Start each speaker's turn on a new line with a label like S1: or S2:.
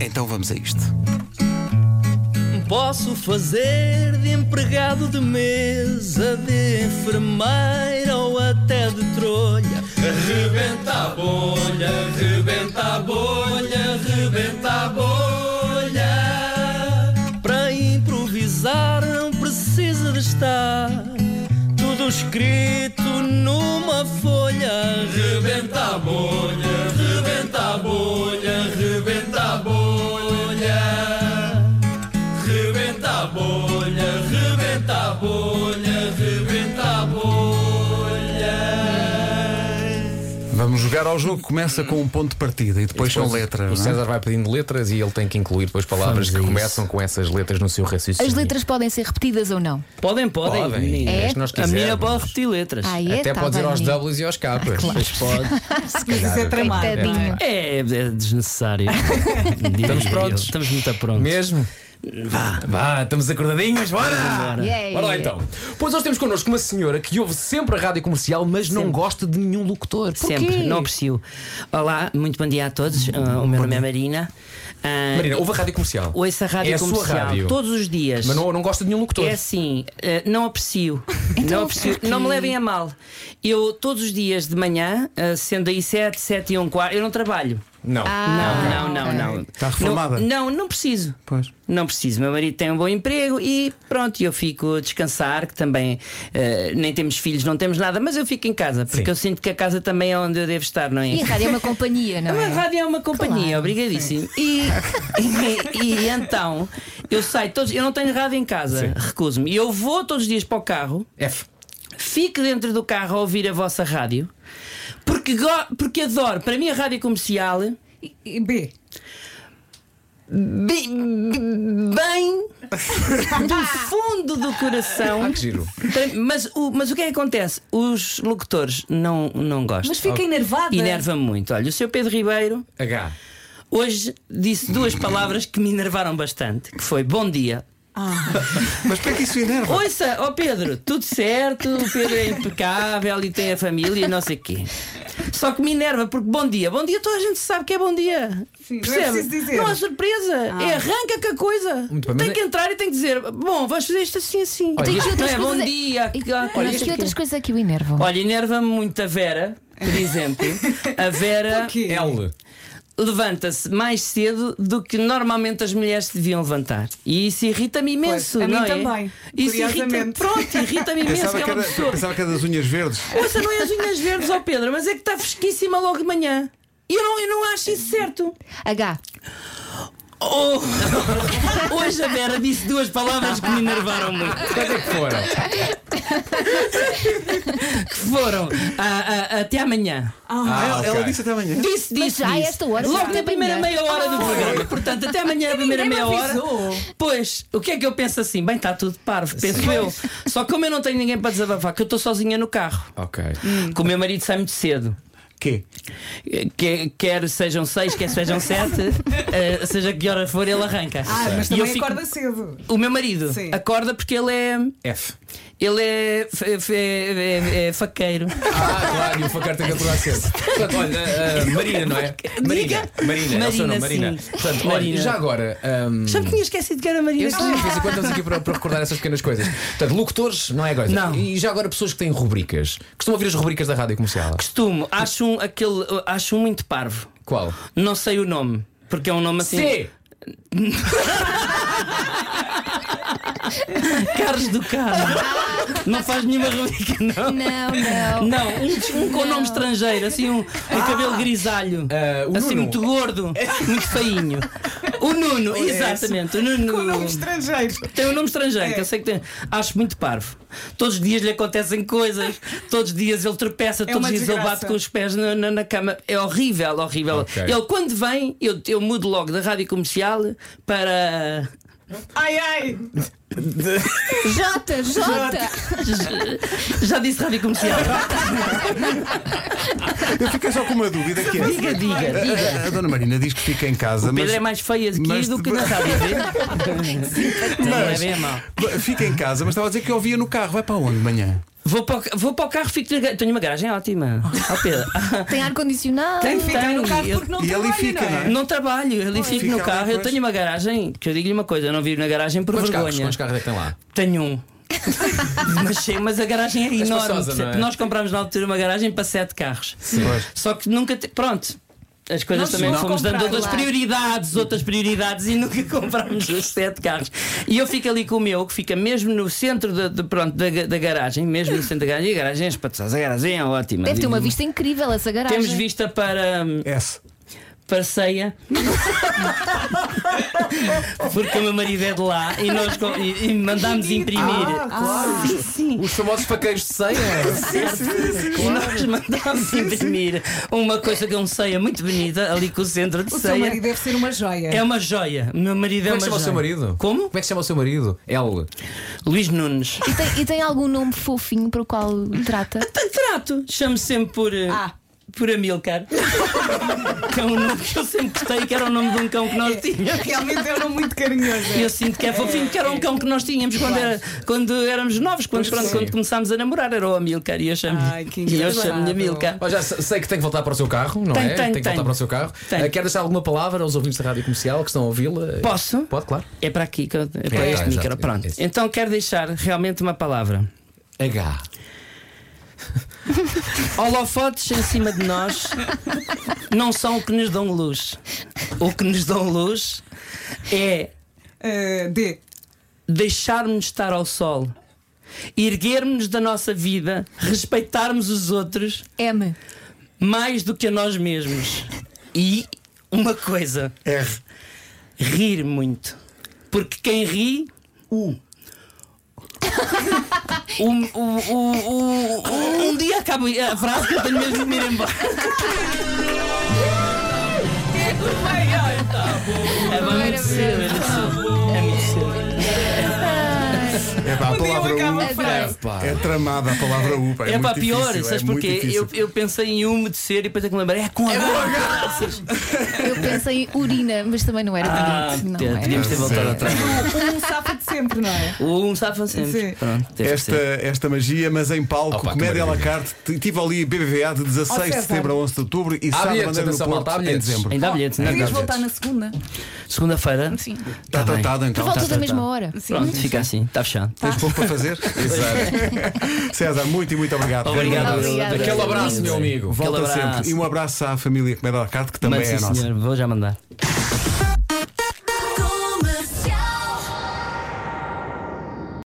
S1: Então vamos a isto.
S2: Posso fazer de empregado de mesa, de enfermeira ou até de trolha.
S3: Rebenta a bolha, rebenta a bolha, rebenta a bolha.
S2: Para improvisar não precisa de estar tudo escrito numa folha.
S3: Rebenta a bolha, rebenta a bolha, rebenta a bolha. Rebenta a bolha, rebenta a bolha, rebenta a bolha.
S1: Vamos jogar ao jogo. Começa com um ponto de partida e depois, são letras.
S4: O
S1: não é?
S4: César vai pedindo letras e ele tem que incluir depois
S2: Vamos
S4: palavras que
S2: a isso.
S4: começam com essas letras no seu raciocínio.
S5: As letras podem ser repetidas ou não.
S2: Podem, podem.
S4: podem,
S2: menina.
S4: desde que nós
S2: A minha
S4: quisermos.
S2: pode repetir letras.
S5: Ah, é?
S4: Até
S5: Tá
S4: pode ir
S5: bem, Ah,
S4: aos
S5: menino.
S4: W's e aos K's. Pois pode.
S6: Se quiser ser tramado.
S5: Coitadinho.
S2: É, é desnecessário. estamos
S4: prontos?
S2: Estamos muito prontos.
S4: Mesmo? Vá. Vá, estamos acordadinhos, bora!
S7: É,
S2: Bora.
S5: Yeah,
S4: Bora lá
S5: yeah.
S4: então. Pois hoje temos connosco uma senhora que ouve sempre a rádio comercial, mas não gosta de nenhum locutor. Porquê?
S7: Sempre, não aprecio. Olá, muito bom dia a todos. Ah, o meu nome é Marina. Ah,
S4: Marina, ouve a rádio comercial.
S7: Ouço a rádio
S4: é a
S7: comercial
S4: sua rádio.
S7: todos os dias.
S4: Mas não, não gosta de nenhum locutor.
S7: É assim, eh, não aprecio. não aprecio. Não me levem a mal. Eu, todos os dias de manhã, eh, sendo aí 7, 7 e um quarto, eu não trabalho.
S4: Não.
S5: Ah.
S7: não, não, não, não.
S1: Está reformada?
S7: Não, não, não preciso.
S1: É. Pois.
S7: Não preciso. Meu marido tem um bom emprego e pronto, eu fico a descansar, que também eh, nem temos filhos, não temos nada, mas eu fico em casa, porque eu sinto que a casa também é onde eu devo estar, não é?
S5: E a rádio é uma companhia, não
S7: A
S5: é?
S7: rádio é uma companhia,
S5: Claro,
S7: obrigadíssimo. E, e- e então, eu saio todos. Eu não tenho rádio em casa, recuso-me. E eu vou todos os dias para o carro,
S4: F.
S7: fico dentro do carro a ouvir a vossa rádio, porque, go- porque adoro. Para mim, a rádio comercial,
S6: E- e B.
S7: bem, bem do fundo do coração.
S4: Ah, que giro.
S7: Para- Mas o, mas o que é que acontece? Os locutores não, não gostam.
S6: Mas fica enervada.
S7: Enerva-me muito. Olha, o seu Pedro Ribeiro.
S4: H.
S7: Hoje disse duas palavras que me enervaram bastante, que foi bom dia.
S6: Ah.
S1: Mas para que isso enerva?
S7: Ouça, ó Pedro, tudo certo, o Pedro é impecável e tem a família e não sei o quê. Só que me enerva porque bom dia, bom dia, toda a gente sabe que é bom dia.
S6: Sim, não é
S7: Percebe?
S6: preciso dizer. Ah.
S7: Não há surpresa, é arranca com a coisa.
S4: Muito bem,
S7: tem
S4: mas
S7: que
S4: é-
S7: entrar e tem que dizer, bom, vais fazer isto assim, assim.
S5: Então, e que
S7: não
S5: outras
S7: é bom
S5: coisas é-
S7: dia.
S5: E que,
S7: ah, não
S5: e
S7: sei
S5: que
S7: o quê.
S5: outras coisas é que o enervam?
S7: Olha, enerva-me muito a Vera, por exemplo. A Vera.
S6: Porquê?
S4: L.
S7: levanta-se mais cedo do que normalmente as mulheres deviam levantar. E isso irrita-me imenso.
S6: Pois, a mim
S7: não é?
S6: também,
S7: Isso irrita
S6: curiosamente.
S7: Pronto, irrita-me imenso
S1: Pensava
S7: que
S1: que,
S7: é uma
S1: era,
S7: pessoa.
S1: pensava que era das unhas verdes.
S7: Ouça, não é as unhas verdes ao Pedro, mas é que está fresquíssima logo de manhã. E eu não, eu não acho isso certo.
S5: H.
S7: Oh. Hoje a Vera disse duas palavras que me enervaram muito.
S4: Quais é que foram?
S7: Que foram "Ah, ah, até amanhã.
S6: Ah,
S1: ela,
S4: ok.
S1: ela disse até amanhã.
S7: Disse,
S5: Mas
S7: disse,
S5: já a
S7: disse.
S5: esta hora, já
S7: Logo
S5: até
S7: na primeira
S5: amanhã. Oh!
S7: meia hora do programa. Portanto, até amanhã, a primeira meia hora. Pois, o que é que eu penso assim? Bem, está tudo parvo, penso eu. Só que como eu não tenho ninguém para desabafar, que eu estou sozinha no carro,
S4: Ok.
S7: que o meu marido sai muito cedo.
S1: Quê?
S7: Que- quer sejam seis, quer sejam sete, eh, seja que hora for, ele arranca.
S6: Ah, mas
S7: E eu
S6: também
S7: fico-
S6: acorda cedo.
S7: O meu marido
S6: Sim.
S7: acorda porque ele é.
S4: F.
S7: Ele é, f- f- é- é- é faqueiro.
S4: Ah, claro, e o Facar tem que aturar sempre. Portanto, olha, ah, Marina, não é? Marina. Marina, é o seu nome,
S7: Marina,
S4: Marina.
S7: sim.
S4: Portanto, olha,
S7: Marina.
S4: já agora. ehm,
S7: Já me tinha esquecido que era Maria.
S4: Eu sei, de vez em quando estamos aqui para, para recordar essas pequenas coisas. Portanto, locutores não é coisa.
S7: Não.
S4: E já agora pessoas que têm rubricas. Costumam ouvir as rubricas da rádio comercial?
S7: Costumo, acho um, aquele, acho um muito parvo.
S4: Qual?
S7: Não sei o nome, porque é um nome assim.
S4: C!
S7: Carlos do Carmo. Não faz nenhuma rubrica, não.
S5: Não, não.
S7: Não, um, um com nome estrangeiro, assim, um, um
S6: Ah.
S7: cabelo grisalho,
S4: Ah, o
S7: assim,
S4: Nuno.
S7: muito gordo, muito feinho. O Nuno, exatamente, o Nuno.
S6: Com um nome estrangeiro. É.
S7: Tem um nome estrangeiro, que eu sei que tem. Acho muito parvo. Todos os dias lhe acontecem coisas, todos os dias ele tropeça, todos
S6: É uma
S7: os dias ele
S6: desgraça.
S7: bate com os pés na, na- na cama. É horrível, horrível.
S4: Ok.
S7: Ele, quando vem, eu, eu mudo logo da rádio comercial para.
S6: Ai, ai.
S5: J, J.
S7: Já disse rádio comercial.
S1: Eu fiquei só com uma dúvida que é.
S7: Diga, diga, diga.
S1: A, a dona Marina diz que fica em casa, mas.
S7: Pedro é mais feia aqui
S1: mas-
S7: do que na rádio. vê? Não é bem mal.
S6: é
S1: Fica em casa, mas estava a dizer que ouvia no carro. Vai para onde de manhã?
S7: Vou para, o, ca- vou para o carro, fico. na ga- Tenho uma garagem ótima. Ó Pedro.
S5: Tem ar-condicionado.
S7: Tem,
S6: Então Fica
S7: tem.
S6: no carro
S7: Eu-
S6: um porque não
S1: E ali
S6: trabalha,
S1: fica,
S6: não
S1: não
S6: é?
S1: é?
S7: não trabalho, ali fico
S1: fica
S7: no
S1: ali,
S7: carro. Eu
S1: pois.
S7: tenho uma garagem, que eu digo-lhe uma coisa, eu não vivo na garagem por
S4: Quantos carros,
S7: vergonha.
S4: quantos carros é que tem lá?
S7: Tenho um. mas, sei- mas a garagem é enorme.
S4: espaçosa, não é?
S7: Nós comprámos na altura uma garagem para sete carros.
S1: Pois.
S7: Só que nunca. te- Pronto. As coisas
S6: Nós
S7: também
S6: não
S7: fomos dando
S6: comprámos.
S7: outras
S5: Claro.
S7: prioridades, outras prioridades e nunca comprámos os sete carros. E eu fico ali com o meu, que fica mesmo no centro da, de- pronto, da, ga- da garagem, mesmo no centro da garagem. E a garagem é espaçosa, a garagem é ótima.
S5: Deve ter uma vista incrível essa garagem.
S7: Temos vista para. hum,
S1: S.
S7: parceia. Porque o meu marido é de lá e nós co- e, e mandámos imprimir. Sim, sim.
S4: Os famosos faqueiros de ceia.
S7: E nós mandámos imprimir uma coisa que é um ceia muito bonita ali com o centro de
S6: O seu marido
S7: ceia.
S6: deve ser uma joia.
S7: É uma joia. O meu marido é
S4: Como é
S7: uma
S4: que chama o
S7: joia.
S4: seu marido?
S7: Como?
S4: Como é que chama o seu marido? L.
S7: Luís Nunes. Ah,
S5: E tem, e tem algum nome fofinho para o qual trata?
S7: Tanto trato. Chamo sempre por. eh,
S6: Ah.
S7: Por Amilcar. que é um nome que eu sempre gostei, que era o nome de um cão que
S6: É.
S7: nós tínhamos.
S6: Realmente era muito carinhoso.
S7: Eu sinto que é fofinho, que era um cão que nós tínhamos quando, era- quando éramos novos, quando, pronto,
S4: sim.
S7: quando começámos a namorar, era o Amilcar e eu chamo-lhe
S6: Ai, que
S7: e eu chamo-lhe
S6: engraçado.
S7: Amilcar.
S4: Mas já se- sei que tem que voltar para o seu carro, não
S7: Tem,
S4: é?
S7: tem,
S4: que
S7: tem.
S4: voltar para o seu carro.
S7: Tem.
S4: Eh, Quer deixar alguma palavra aos ouvintes da rádio comercial que estão a ouvi-la?
S7: Posso?
S4: Pode, claro.
S7: É para aqui, que eu- é para
S4: É,
S7: este
S4: exato,
S7: micro. Pronto.
S4: é isso.
S7: Então quero deixar realmente uma palavra.
S4: H.
S7: Holofotes em cima de nós não são o que nos dão luz. O que nos dão luz é
S6: Eh, D.
S7: deixarmos estar ao sol, erguermos da nossa vida, respeitarmos os outros.
S5: M.
S7: mais do que a nós mesmos. E uma coisa: rir muito. Porque quem ri. O. Um, o- o- o- o- um dia acaba a frase que eu tenho mesmo de me ir embora. É muito cedo, é muito cedo. É muito cedo.
S1: É pá, a palavra
S6: acaba
S1: U.
S6: a frase.
S1: pá, É tramada a palavra U. pá, É,
S7: É
S1: muito
S7: para pior,
S1: difícil,
S7: sabes
S1: é muito
S7: porquê?
S1: difícil.
S7: Eu, eu pensei em umedecer e depois é que me lembrei. É com a
S5: Eu pensei em urina, mas também não é. era
S7: Ah,
S5: bonito. não era.
S7: podíamos ter voltado atrás.
S6: O um safa de sempre, não é?
S7: O um safa sempre.
S6: Sim.
S7: Pronto, deve
S1: Esta,
S7: ser.
S1: esta magia, mas em palco,
S4: Opa, que
S1: comédia à la
S4: maravilha.
S1: carte. T- Tive ali BBVA de 16 de
S6: César.
S1: setembro a 11 de outubro e
S4: Há
S1: sábado
S4: bilhetes,
S1: bandeira no
S4: atenção, malta, há
S1: Porto em
S4: bilhetes.
S1: dezembro.
S7: Ainda há bilhetes, ainda há
S6: Querias
S7: bilhetes.
S6: voltar na segunda?
S7: Segunda-feira?
S5: Sim.
S1: Está
S7: bem.
S1: tratado
S5: Por
S1: então.
S5: volta
S7: tá,
S5: da
S7: tá,
S5: mesma
S7: tá.
S5: hora.
S7: Pronto, fica assim, está fechado.
S1: Tens pouco para fazer? Exato. César, muito e muito obrigado.
S7: Obrigado. é
S5: Obrigada.
S4: Aquele abraço, meu amigo.
S1: Volta
S7: Aquele abraço.
S1: sempre. E um abraço à família Comédia à la carte, que também
S7: Mas
S1: é
S7: sim,
S1: a nossa.
S7: senhor, vou já mandar.